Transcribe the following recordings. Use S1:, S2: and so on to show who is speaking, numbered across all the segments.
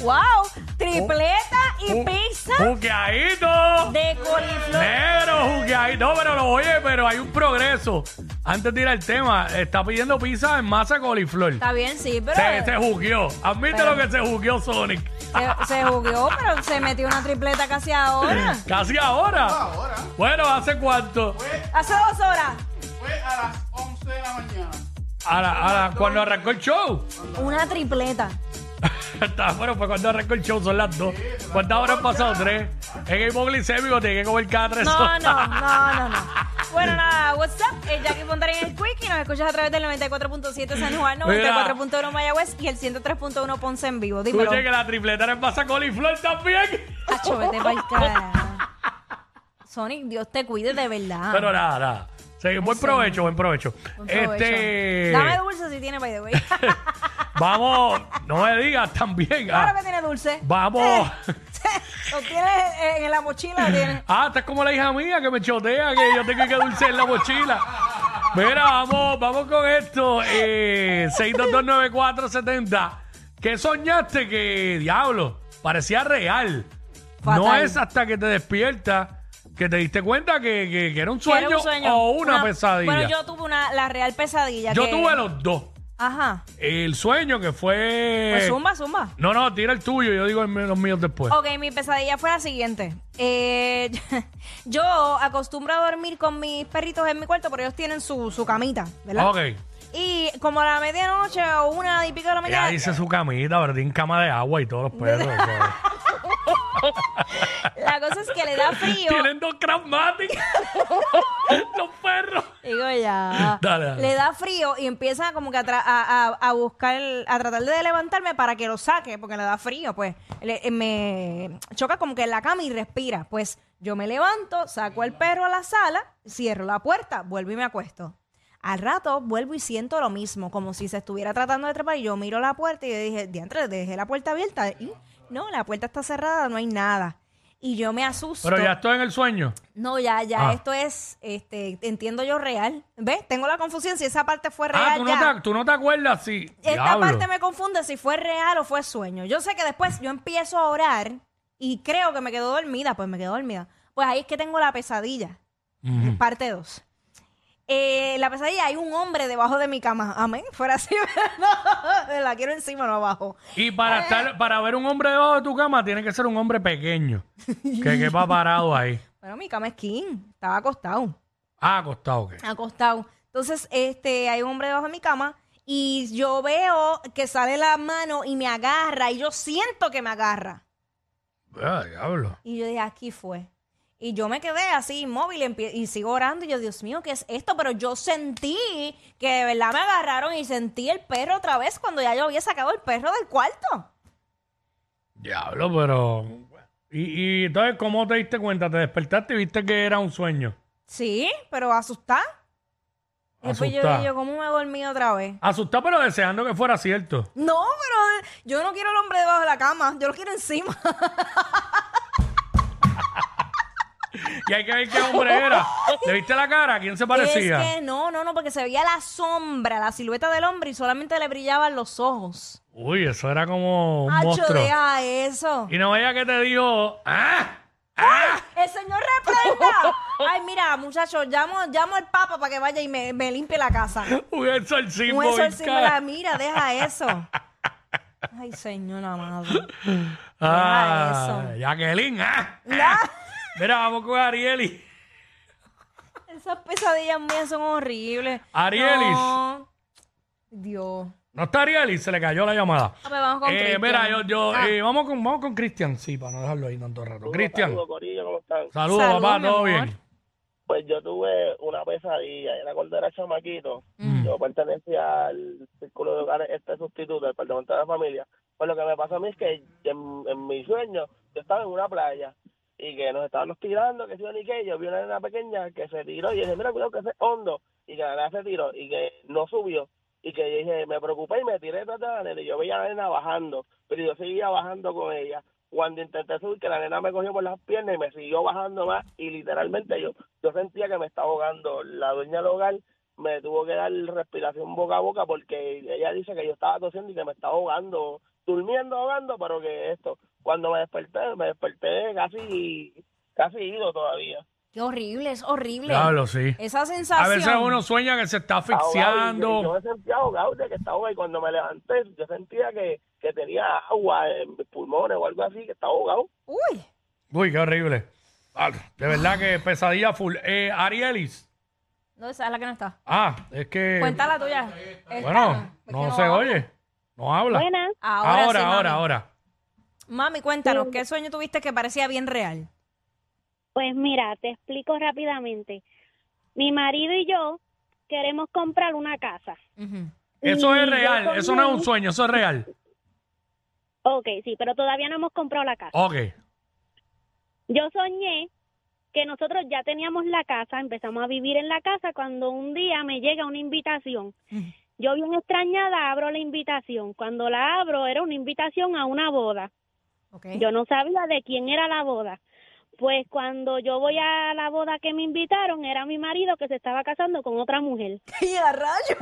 S1: ¡Wow! Tripleta y pizza
S2: oh. ¡Juqueadito!
S1: de coliflor.
S2: Negro, juqueadito. No, pero lo- oye, pero hay un progreso. Antes de ir al tema, está pidiendo pizza en masa coliflor.
S1: Está bien, sí, pero eh,
S2: Se, se juqueó. Admite lo que se juqueó Sonic.
S1: se, se jugueó, pero se metió una tripleta casi ahora.
S2: Casi ahora.
S3: Ahora
S2: Bueno, ¿hace cuánto?
S3: fue,
S1: Hace dos horas.
S3: fue a las 11 de la mañana.
S2: A la- a la- cuando arrancó el show.
S1: Una tripleta.
S2: Está, bueno, pues cuando arrancó el show son las dos. ¿Cuántas horas han pasado? Tres. En hipoglicémico tiene que comer cada tres
S1: No,
S2: horas.
S1: no, no, no, no. Bueno, nada, what's up? Es Jackie Fontana en el Quick y nos escuchas a través del 94.7 San Juan,
S2: Mira.
S1: 94.1 Mayagüez y el 103.1 Ponce en vivo. Dímelo.
S2: Escuche que la tripleta era en masa coliflor también.
S1: Cacho, vete pa'l carajo. Sonic, Dios te cuide de verdad.
S2: Ah. Pero nada, nada. Sí, buen provecho, buen provecho.
S1: Buen provecho.
S2: Este.
S1: Dame dulce si tiene, by the way.
S2: Vamos, no me digas también. ah,
S1: claro que tiene dulce.
S2: vamos.
S1: Lo tienes eh, en la mochila, lo tienes.
S2: Ah, estás como la hija mía que me chotea, que yo tengo que dulce en la mochila. Mira, vamos, vamos con esto. Eh, 6229470. ¿Qué soñaste que, diablo, parecía real? No
S1: Fatal.
S2: es hasta que te despiertas que te diste cuenta que, que- que era un sueño,
S1: Era un sueño.
S2: o una, pesadilla.
S1: Bueno, yo tuve una, la real pesadilla.
S2: Yo
S1: que-
S2: tuve los dos.
S1: Ajá.
S2: El sueño que fue...
S1: Pues zumba, zumba.
S2: No, no, tira el tuyo, yo digo el mío- los míos después.
S1: Ok, mi pesadilla fue la siguiente. Eh, yo acostumbro a dormir con mis perritos en mi cuarto, pero ellos tienen su, su camita, ¿verdad?
S2: Ok.
S1: Y como a la medianoche o una y pico de la
S2: Ella
S1: mañana,
S2: dice su camita, pero tiene cama de agua y todos los perros. ¿sabes?
S1: la cosa es que le da frío.
S2: Tienen dos crasmáticos. los perros.
S1: Digo ya.
S2: Dale, dale.
S1: Le da frío y empieza como que a, tra- a, a- a buscar, a tratar de levantarme para que lo saque, porque le da frío, pues. Le- eh, me choca como que en la cama y respira. Pues yo me levanto, saco al perro a la sala, cierro la puerta, vuelvo y me acuesto. Al rato vuelvo y siento lo mismo, como si se estuviera tratando de trepar. Y yo miro la puerta y yo dije, diantre, dejé la puerta abierta. Y no, la puerta está cerrada, no hay nada. Y yo me asusto.
S2: Pero ya estoy en el sueño.
S1: No, ya, ya,
S2: Ah.
S1: esto es, este, entiendo yo real. ¿Ves? Tengo la confusión si esa parte fue real.
S2: Ah, ¿tú no,
S1: ya.
S2: te, tú no te acuerdas si.
S1: Esta
S2: Diablo.
S1: parte me confunde si fue real o fue sueño. Yo sé que después yo empiezo a orar y creo que me quedo dormida, pues me quedo dormida. Pues ahí es que tengo la pesadilla,
S2: Ujú.
S1: parte 2. la pesadilla, hay un hombre debajo de mi cama. Amén, fuera así. no, me la quiero encima, no abajo.
S2: Y
S1: Eh.
S2: para, estar, para ver un hombre debajo de tu cama, tiene que ser un hombre pequeño. Que quepa parado ahí.
S1: Bueno, mi cama es king, estaba acostado.
S2: Ah, acostado. ok.
S1: acostado. Entonces, este, hay un hombre debajo de mi cama y yo veo que sale la mano y me agarra y yo siento que me agarra.
S2: Ah, diablo.
S1: Y yo dije, aquí fue. Y yo me quedé así inmóvil empie- y sigo orando. Y yo, Dios mío, ¿qué es esto? Pero yo sentí que de verdad me agarraron y sentí el perro otra vez cuando ya yo había sacado el perro del cuarto.
S2: Diablo, pero. Y, y entonces, ¿cómo te diste cuenta? ¿Te despertaste y viste que era un sueño?
S1: Sí, pero asustada. Después yo
S2: Asustada.
S1: dije, ¿cómo me dormí otra vez?
S2: Asustado, pero deseando que fuera cierto.
S1: No, pero yo no quiero el hombre debajo de la cama, yo lo quiero encima.
S2: Y hay que ver qué hombre era. ¿Le viste la cara? ¿A quién se parecía?
S1: Es que no, no, no, porque se veía la sombra, la silueta del hombre y solamente le brillaban los ojos.
S2: Uy, eso era como un
S1: Hacho,
S2: monstruo.
S1: deja eso.
S2: Y no vaya que te dijo, ¡ah!
S1: El señor reprenda. Ay, mira, muchachos, llamo, llamo al papa para que vaya y me, me limpie la casa.
S2: Un exorcismo.
S1: Un exorcismo
S2: en
S1: la
S2: cara.
S1: mira, deja eso. Ay, señor amado.
S2: Ah,
S1: eso.
S2: Jacqueline, ¡ah!
S1: Ya.
S2: Mira, vamos con Arieli.
S1: Esas pesadillas mías son horribles.
S2: Arielis.
S1: No. Dios.
S2: No está Arieli, se le cayó la llamada.
S1: Ah, pues vamos con
S2: Eh,
S1: Cristian.
S2: mira, yo, yo
S1: Ah.
S2: eh, vamos con vamos con Cristian, sí, para no dejarlo ahí tanto rato. Cristian,
S4: Saludos, Corillo, ¿cómo están?
S2: saludos,
S1: Salud,
S2: papá,
S1: mi
S2: todo
S1: amor.
S2: bien.
S4: Pues yo tuve una pesadilla. Era cuando era chamaquito.
S2: Mm.
S4: Yo pertenecía al círculo de hogares este sustituto, del departamento de la familia. Pues lo que me pasó a mí es que en, en mi sueño yo estaba en una playa y que nos estábamos tirando, que si yo ni qué, y yo vi una nena pequeña que se tiró y dije, mira, cuidado que ese es hondo. Y que la nena se tiró y que no subió. Y que yo dije, me preocupé y me tiré detrás de la nena. Y yo veía a la nena bajando, pero yo seguía bajando con ella. Cuando intenté subir, que la nena me cogió por las piernas y me siguió bajando más. Y literalmente yo, yo sentía que me estaba ahogando. La dueña del hogar me tuvo que dar respiración boca a boca porque ella dice que yo estaba tosiendo y que me estaba ahogando durmiendo, ahogando, pero que esto, cuando me desperté, me desperté casi, casi ido todavía.
S1: Qué horrible, es horrible.
S2: Claro, sí.
S1: Esa sensación.
S2: A veces uno sueña que se está
S4: Ahogado, y Yo, yo
S2: asfixiando.
S4: me sentía ahogado de que estaba ahogado y cuando me levanté yo sentía que, que tenía agua en mis pulmones o algo así, que estaba ahogado.
S1: Uy.
S2: Uy, qué horrible. Ah, De verdad que pesadilla full. Eh, Arielis.
S1: No, esa es la que no está.
S2: Ah, es que.
S1: Cuenta la tuya. Esta,
S2: Bueno,
S1: Es que
S2: no se
S1: habla.
S2: oye. No habla.
S5: Buenas.
S1: Ahora,
S2: Ahora,
S1: sí, mami.
S2: ahora, ahora.
S1: Mami, cuéntanos, ¿qué sueño tuviste que parecía bien real?
S5: Pues mira, te explico rápidamente. Mi marido y yo queremos comprar una casa.
S1: Ujú.
S2: Eso
S5: Y
S2: es
S5: yo
S2: real.
S5: con
S2: Eso no es
S5: él-
S2: un sueño, eso es real.
S5: Ok, sí, pero todavía no hemos comprado la casa.
S2: Ok.
S5: Yo soñé que nosotros ya teníamos la casa, empezamos a vivir en la casa cuando un día me llega una invitación.
S1: Ujú.
S5: Yo bien extrañada abro la invitación. Cuando la abro era una invitación a una boda.
S1: Ok.
S5: Yo no sabía de quién era la boda. Pues cuando yo voy a la boda que me invitaron era mi marido que se estaba casando con otra mujer.
S1: ¡Y a rayo!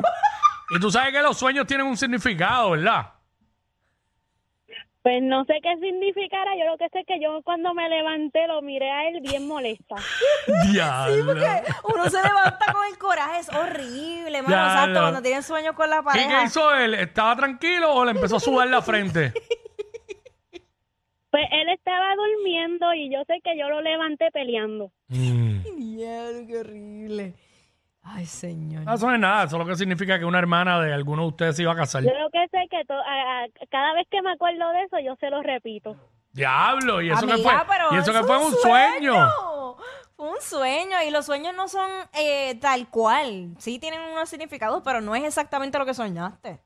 S2: Y tú sabes que los sueños tienen un significado, ¿verdad?
S5: Pues no sé qué significara, yo lo que sé es que yo cuando me levanté lo miré a él bien molesta.
S2: Diablo.
S1: Uno se levanta con el coraje, es horrible, mano.
S2: Ya,
S1: Exacto,
S2: ya.
S1: cuando tienen sueños con la
S2: ¿Y qué
S1: pareja.
S2: hizo él? ¿Estaba tranquilo o le empezó a sudar la frente?
S5: Pues él estaba durmiendo y yo sé que yo lo levanté peleando.
S2: Mm.
S1: Diablo, qué horrible. Ay, señor.
S2: No, Eso no es nada, eso lo que significa que una hermana de alguno de ustedes se iba a casar.
S5: Yo lo que sé es que to- a- a- cada vez que me acuerdo de eso yo se lo repito.
S2: Diablo, y eso que fue,
S1: Amiga, pero
S2: y eso que
S1: es
S2: fue un sueño.
S1: Fue un sueño y los sueños no son eh, tal cual. Sí tienen unos significados, pero no es exactamente lo que soñaste.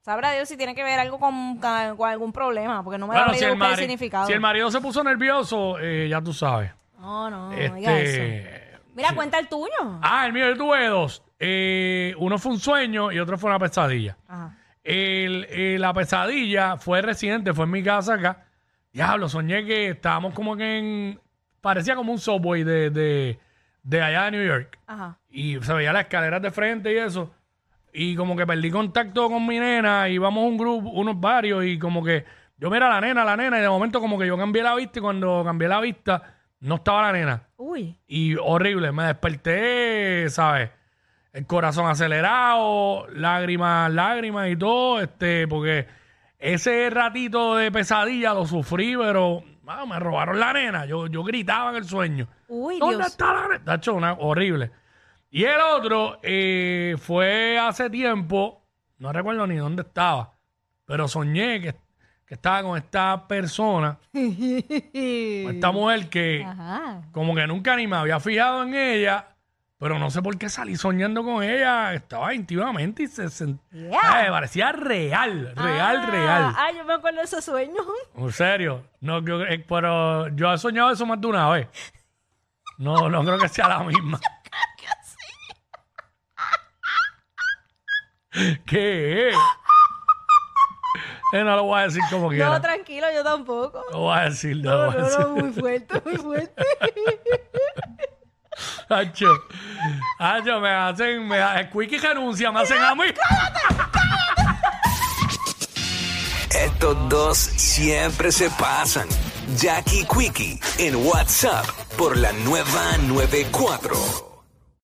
S1: Sabrá Dios si tiene que ver algo con, ca- con algún problema, porque no me
S2: Bueno,
S1: da
S2: si
S1: leído
S2: el,
S1: buscar el
S2: mari-
S1: significado.
S2: si el marido se puso nervioso, eh, ya tú sabes.
S1: No, no, no Oh, diga eso.
S2: este,
S1: Mira, cuenta el tuyo.
S2: ah, el mío, yo tuve dos. Eh, uno fue un sueño y otro fue una pesadilla.
S1: Ajá.
S2: El- eh, la pesadilla fue reciente, fue en mi casa acá. Diablo, soñé que estábamos como que en... Parecía como un subway de, de, de allá de New York.
S1: Ajá.
S2: y se veía las escaleras de frente y eso. Y como que perdí contacto con mi nena, íbamos un grupo, unos varios, y como que yo mira la nena, la nena, y de momento como que yo cambié la vista, y cuando cambié la vista, no estaba la nena.
S1: Uy.
S2: Y horrible, me desperté, ¿sabes? El corazón acelerado, lágrimas, lágrimas y todo, este, porque ese ratito de pesadilla lo sufrí, pero ah, me robaron la nena. Yo, yo gritaba en el sueño.
S1: Uy,
S2: ¿Dónde
S1: Dios.
S2: está la nena? Tacho, una- horrible. Y el otro eh, fue hace tiempo, no recuerdo ni dónde estaba, pero soñé que, que estaba con esta persona, con esta mujer que
S1: Ajá.
S2: como que nunca ni me había fijado en ella, pero no sé por qué salí soñando con ella. Estaba íntimamente y se sent-
S1: Yeah.
S2: Ay, parecía real, real,
S1: Ah,
S2: real.
S1: Ah, yo me acuerdo de ese sueño.
S2: En serio. No, yo- eh, pero yo he soñado eso más de una vez. No, no creo que sea la misma. ¿Qué es? Eh, no lo voy a decir como quiera.
S1: No, tranquilo, yo tampoco.
S2: No voy a decir, no,
S1: No,
S2: lo voy a
S1: no,
S2: decir.
S1: no, muy fuerte, muy fuerte.
S2: Hacho. Hacho, me hacen, me hacen, Quickie renuncia, me hacen a mí.
S6: Estos dos siempre se pasan. Jackie Quickie en WhatsApp por la nueva 94.